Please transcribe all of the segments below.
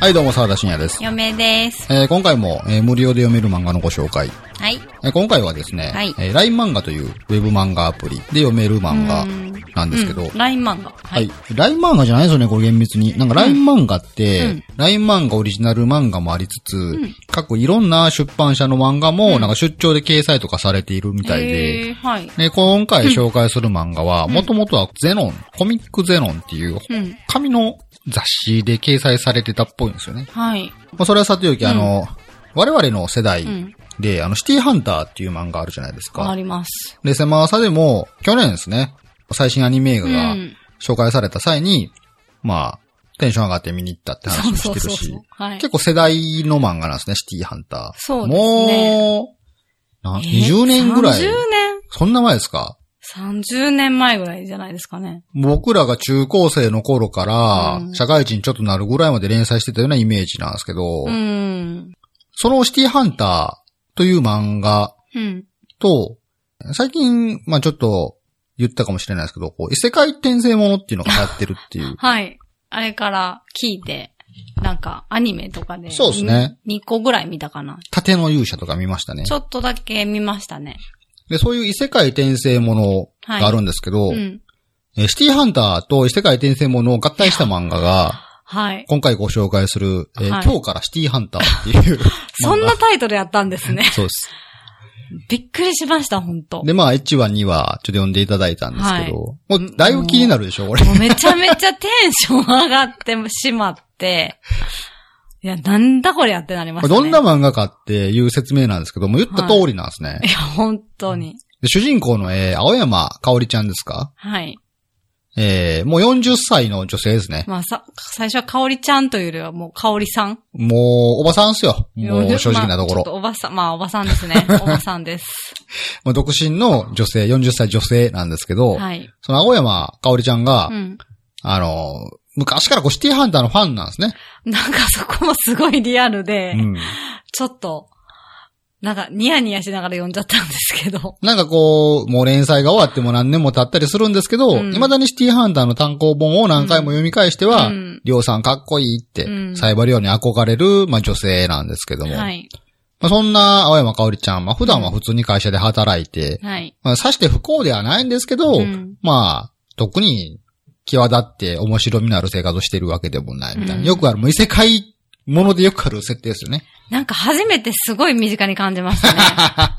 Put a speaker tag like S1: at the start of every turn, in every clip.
S1: はい、どうも、沢田信也です。
S2: 嫁です。
S1: えー今回も、えー無料で読める漫画のご紹介。
S2: はい。
S1: えー今回はですね、
S2: はい
S1: えー LINE 漫画というウェブ漫画アプリで読める漫画なんですけど、
S2: うん、LINE 漫画。は。
S1: はいい。LINE 漫画じゃないですよね、これ厳密に。なんか LINE 漫画って、LINE 漫画オリジナル漫画もありつつ、過去いろんな出版社の漫画も、なんか出張で掲載とかされているみたいで、
S2: えー、はい。
S1: で、今回紹介する漫画は、もともとはゼノン、コミックゼノンっていう、
S2: うん。
S1: 紙の雑誌で掲載されてたっぽいんですよね。
S2: はい。
S1: まあ、それはさておき、あの、我々の世代
S2: ん
S1: で、あの、シティーハンターっていう漫画あるじゃないです
S2: あ
S1: か。
S2: ります。
S1: で、セマーサでも、去年ですね、最新アニメ映画が
S2: うん
S1: 紹介された際に、まあ、テンション上がって見に行ったって話もしてるし、。
S2: はい。
S1: 結構世代の漫画なんですね、シティーハンター。
S2: そうですね
S1: もう、な20年ぐらい
S2: えー。
S1: そんな前ですか
S2: ?30 年 ?30 年前ぐらいじゃないですかね。
S1: 僕らが中高生の頃から、
S2: うん
S1: 社会人ちょっとなるぐらいまで連載してたようなイメージなんですけど、
S2: うん。
S1: そのシティハンターという漫画
S2: うん。
S1: と、最近、まあちょっと言ったかもしれないですけど、こう異世界転生ものっていうのが流行ってるっていう。
S2: はい。あれから聞いて、なんかアニメとかで。
S1: そうですね
S2: に。2個ぐらい見たかな。
S1: 盾の勇者とか見ましたね
S2: ち。ょっとだけ見ましたね。
S1: で、そういう異世界転生ものがあるんですけど、
S2: うん。
S1: えシティハンターと異世界転生ものを合体した漫画が、
S2: はい。
S1: 今回ご紹介する、えー
S2: はい
S1: 今日からシティハンターっていう
S2: そん
S1: 漫
S2: なタイトルやったんです ね
S1: 画。そうです。
S2: びっくりしました、ほんと。
S1: で、まあ1話、2話、ちょっと読んでいただいたんですけど、もうだいぶ気になるでしょ、これ。
S2: もうめちゃめちゃテンション上がってしまって、いや、なんだこりゃってなりま
S1: これ
S2: したね。
S1: どんな漫画かっていう説明なんですけども、言った通りなんですね。
S2: いや、本当に。
S1: で主人公の、えー、青山香織ちゃんですか
S2: はい。
S1: えー、もう40歳の女性ですね。
S2: まあ、さ、最初は香りちゃんというよりはもう香りさん。
S1: もう、おばさんっすよ。もう、正直なとこ
S2: まあちょ
S1: ろ。
S2: っとおばさん、まあ、おばさんで すね。おばさんです。
S1: もう独身の女性、40歳女性なんですけど、
S2: はい。
S1: その青山香織ちゃんが、
S2: うん。
S1: あのー、昔からこうシティハンターのファンなんですね。
S2: なんかそこもすごいリアルで、
S1: うん。
S2: ちょっと、なんかニヤニヤしながら読んじゃったんですけど。
S1: なんかこう、もう連載が終わっても何年も経ったりするんですけど、
S2: うん
S1: 未だにシティハンターの単行本を何回も読み返しては、
S2: うん
S1: りょうさんかっこいいって、
S2: うん
S1: サイバリオに憧れる、まあ女性なんですけども、
S2: はい。
S1: まあ、そんな青山香織ちゃん、まあ、普段は普通に会社で働いて、
S2: はい。
S1: まあ、さして不幸ではないんですけど、
S2: うん
S1: まあ、特に際立って面白みのある生活をしてるわけでもないみたいな。
S2: うん
S1: よくある、もう異世界ものでよくある設定ですよね。
S2: なんか初めてすごい身近に感じましたね。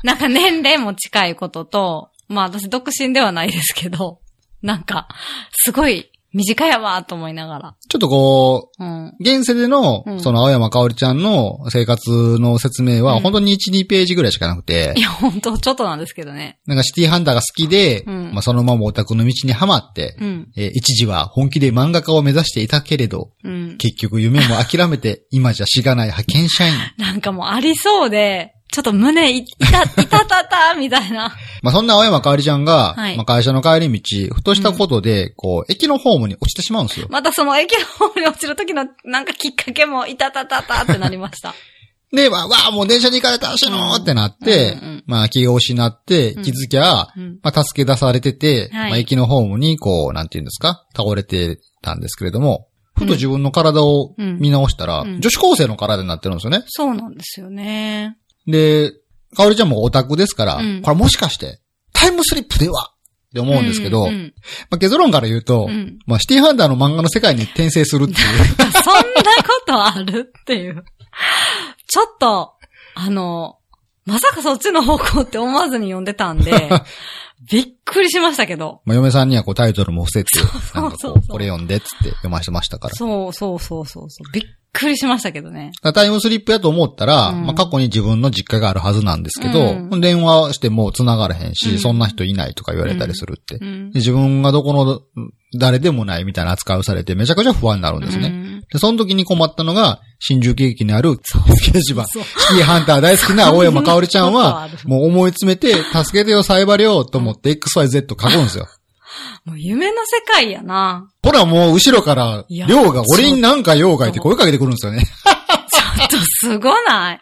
S2: なんか年齢も近いことと、まあ私独身ではないですけど、なんか、すごい身近やわと思いなが
S1: ちょっとこう、
S2: ら。うん。
S1: 現世での
S2: う、ん
S1: その青山香織ちゃんの生活の説明は、
S2: うん
S1: 本当に1、2ページぐらいしかなくて
S2: い、や、ほんと、ちょっとなんですけどね。
S1: なんかシティハンターが好きで、
S2: うん
S1: まあ、そのままオタクの道にはまって、
S2: うん。
S1: えー一時は本気で漫画家を目指していたけれど、
S2: うん。
S1: 結局夢も諦めて、今じゃしがない派遣社員。
S2: なんかもうありそうで、ちょっと胸い、い た、いたたた、みたいな。
S1: まあそんな青山かおりちゃんが、
S2: はい
S1: まあ会社の帰り道、ふとしたことで、こう、駅のホームに落ちてしまうんですよ。
S2: またその駅の方に落ちる時の、なんかきっかけも、いたたたたってなりました。
S1: で、わ、わ、もう電車に行かれた、死ぬーってなって、
S2: うんうんうん
S1: まあ気を失って、気づきゃ、
S2: うん。
S1: まあ助け出されてて、
S2: はい
S1: まあ駅のホームに、こう、なんていうんですか、倒れてたんですけれども、ふと自分の体を見直したら、
S2: うんうん
S1: 女子高生の体になってるんですよね。
S2: そうなんですよね。
S1: で、かおりちゃんもオタクですから、
S2: うん
S1: これもしかして、タイムスリップではって思うんですけど、
S2: うん。
S1: まあ、結論から言うと、
S2: うん
S1: まあ、シティハンターの漫画の世界に転生す るっていう。
S2: そんなことあるっていう。ちょっと、あの、まさかそっちの方向って思わずに読んでたんで、 びっくりしましたけど。
S1: まあ、嫁さんにはこうタイトルも伏せて、
S2: う
S1: なんか
S2: そ
S1: こ
S2: うそう
S1: う、これ読んでっつって読ませてましたから。
S2: そうそうそうそうそう。びっくりしましたけどね。
S1: だからタイムスリップやと思ったら、
S2: うん
S1: まあ、過去に自分の実家があるはずなんですけど、
S2: う
S1: 電話しても繋がらへんし、
S2: うん
S1: そんな人いないとか言われたりするって。
S2: う
S1: で
S2: ん。
S1: 自分がどこの誰でもないみたいな扱いをされて、めちゃくちゃ不安になるんですね。
S2: うん
S1: で、その時に困ったのが、新宿駅にある掲示板。シ
S2: そう
S1: ティハンター大好きな青山かおりちゃんは
S2: そんなこ、とある
S1: もう思い詰めて、助けてよ、サイバリオと思って XYZ 書くんですよ。
S2: もう夢の世界やな。
S1: ほらもう後ろから、
S2: いや
S1: りょうが、俺になんかようがいって声かけてくるんです よね。
S2: ちょっとすごない。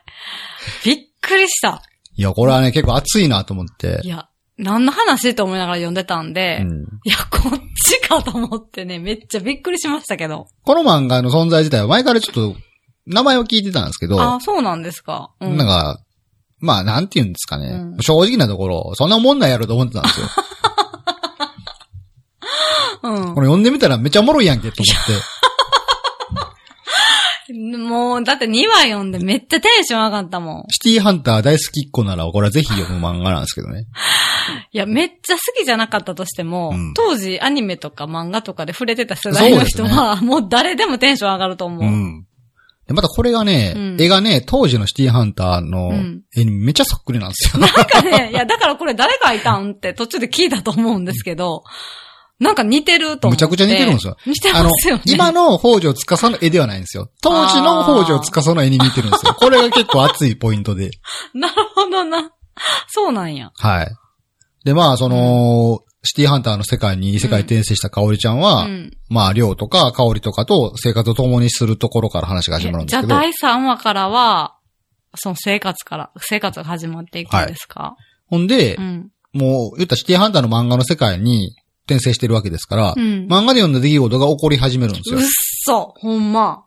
S2: びっくりした。
S1: いや、これはね、結構熱いなと思って
S2: い。や、何の話と思いながら読んでたんで、
S1: うん
S2: いや、こっちかと思ってね、めっちゃびっくりしましたけど。
S1: この漫画の存在自体は前からちょっと名前は聞いてたんですけど、
S2: あ、そうなんですか。うん。
S1: なんか、まあ、なんて言うんですかね。
S2: うん
S1: 正直なところ、そんなもんなんやろと思ってたん ですよ。
S2: うん
S1: これ読んでみたらめっちゃおもろいやんけと思って。
S2: もう、だって2話読んでめっちゃテンション上がったもん。
S1: シティハンター大好きっ子なら、これはぜひ読む漫画なんですけどね。
S2: いや、めっちゃ好きじゃなかったとしても、
S1: うん
S2: 当時アニメとか漫画とかで触れてた世代の人は、もう誰でもテンション上がると思う。
S1: うん。で、またこれがね、
S2: うん
S1: 絵がね、当時のシティハンターの
S2: うん
S1: 絵にめっちゃそっくりなんですよ。
S2: なんかね、いや、だからこれ誰がいたんって途中で聞いたと思うんですけど、なんか似てると思
S1: む
S2: って。
S1: ちゃくちゃ似てるんですよ。
S2: 似て
S1: あ
S2: ま
S1: の
S2: すよね、。
S1: 今の北条司の絵ではないんですよ。当時の北条司の絵に似てるん ですよ。これが結構熱いポイントで。
S2: なるほどな。そうなんや。
S1: はい。で、まあ、その、シティハンターの世界に異世界転生した香織ちゃんは、
S2: うん。
S1: まあ、りょうとか香織とかと生活を共にするところから話が始まるん
S2: じ
S1: で
S2: ゃ
S1: すけ
S2: あ
S1: ど、
S2: 第3話からは、その生活から、生活が始まっていくんですか、
S1: ほんで、
S2: うん。
S1: もう、言ったらシティハンターの漫画の世界に転生してるわけですから、
S2: うん。
S1: 漫画で読んだ出来事が起こり始めるんです
S2: う
S1: よ
S2: っ。そ、ほんま。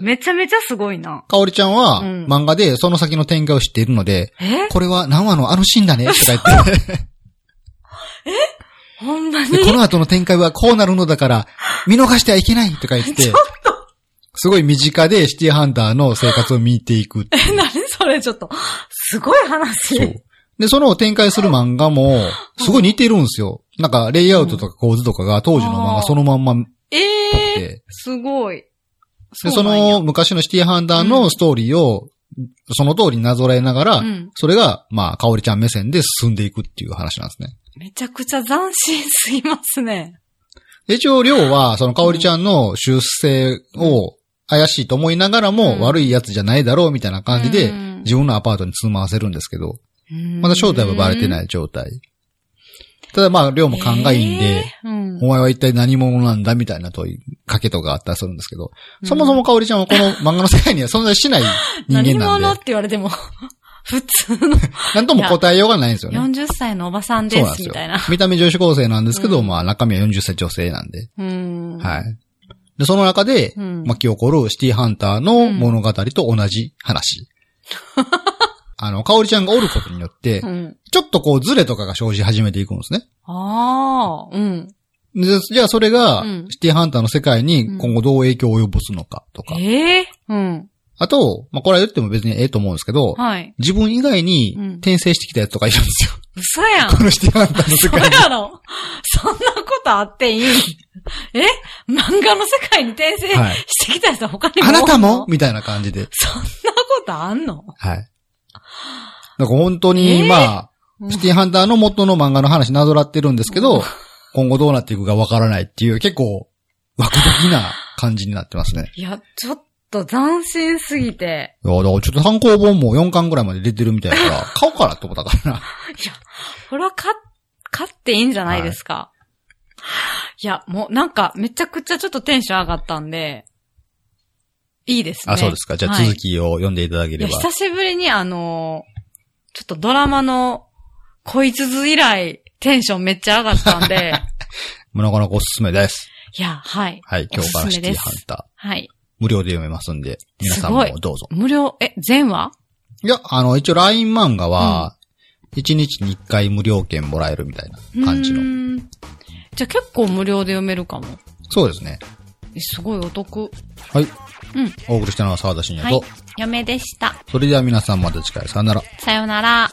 S2: めちゃめちゃすごいな。
S1: かおりちゃんは、
S2: うん
S1: 漫画でその先の展開を知っているので、
S2: え
S1: これは何話のあのシーンだねとか言って、
S2: ほんまに
S1: でこの後の展開はこうなるのだから、見逃してはいけないとか言って、すごい身近でシティハンターの生活を見ていくっていう。
S2: え、なに それちょっと、すごい話。
S1: そうで、その展開する漫画も、すごい似てるんですよ。なんか、レイアウトとか構図とかが当時の漫画そのまんま
S2: ええ
S1: で、
S2: すごい。
S1: で、
S2: う
S1: そ
S2: なんや
S1: の昔のシティハンターのストーリーを、その通りになぞらえながら、
S2: うん
S1: それが、まあ、かおりちゃん目線で進んでいくっていう話なんですね。
S2: めちゃくちゃ斬新すぎますね。
S1: で一応、りょうは、そのかおりちゃんの出世を怪しいと思いながらも、
S2: うん
S1: 悪いやつじゃないだろうみたいな感じで、
S2: うん
S1: 自分のアパートに住まわせるんですけど、まだ正体はバレてない状態。ただまあ、りょうも勘がいいんで、
S2: えーうん
S1: お前は一体何者なんだみたいな問いかけとかあったりするんですけど、そもそもかおりちゃんはこの漫画の世界には存在しない人間なんで。
S2: 何 者って言われても、普通の
S1: なんとも答えようがないんですよね。
S2: 40歳のおばさん
S1: そう
S2: で
S1: なん
S2: す、
S1: です
S2: み
S1: よ
S2: たいな。。
S1: 見た目女子高生なんですけど、
S2: うん
S1: まあ中身は40歳女性なんで。
S2: うん。
S1: はい。で、その中で、
S2: うん
S1: 巻き起こるシティハンターの物語と同じ話。 あの、かおりちゃんがおることによって、
S2: うん。
S1: ちょっとこうズレとかが生じ始めていくんですね。
S2: ああ、うん。
S1: でじゃあそれが
S2: うん、
S1: シティハンターの世界に今後どう影響を及ぼすのかとか。
S2: ええうん。
S1: あと、まあこれは言っても別にええと思うんですけど、
S2: はい。
S1: 自分以外に
S2: うん
S1: 転生してきたやつとかいるんですよ。
S2: 嘘やん。
S1: このシティハンターの世
S2: 嘘
S1: 界
S2: や
S1: に。
S2: ろ。そんなことあっていいえ漫画の世界に転生
S1: はい
S2: してきた人他にも
S1: あなた
S2: お
S1: も
S2: んの
S1: みたいな感じで。
S2: そんなことあんの
S1: はい。なんか本当に、
S2: えー
S1: ま
S2: う
S1: あ、
S2: ん
S1: シティハンターの元の漫画の話なぞらってるんですけ
S2: う
S1: ど
S2: ん、
S1: 今後どうなっていくかわからないっていう、結構、ワクワクな感じになってますね。
S2: いや、ちょっと斬新すぎて。
S1: いや、だからちょっと参考本も4巻ぐらいまで出てるみたいだか ら、買おうかなと思ったからな。
S2: これはか、勝っていいんじゃないですか。い、や、もうなんかめちゃくちゃちょっとテンション上がったんで、いいですね。
S1: あ、そうですか。じゃあ
S2: はい
S1: 続きを読んでいただけ
S2: い
S1: れ
S2: や、
S1: ば。
S2: 久しぶりにあのーちょっとドラマの恋続以来テンションめっちゃ上がったんで、
S1: なかなかおすすめです。
S2: いや、はい。
S1: はい、今日か
S2: お
S1: ら
S2: す
S1: シ
S2: すめ
S1: ティ
S2: です
S1: ハンター。
S2: はい。
S1: 無料で読めますんで、皆さん
S2: すご
S1: も
S2: い
S1: どうぞ。
S2: 無料、え、全話
S1: いや、あの、一応 LINE 漫画は、1日に1回無料券もらえるみたいな感じ
S2: う
S1: の。
S2: ーんじゃあ結構無料で読めるかも。
S1: そうですね。
S2: えすごいお得。
S1: はい。
S2: うん。
S1: お送りしたのは沢田信
S2: は
S1: 也
S2: い
S1: と、。
S2: 嫁でした。
S1: それでは皆さんまた次回さよなら。
S2: さよなら。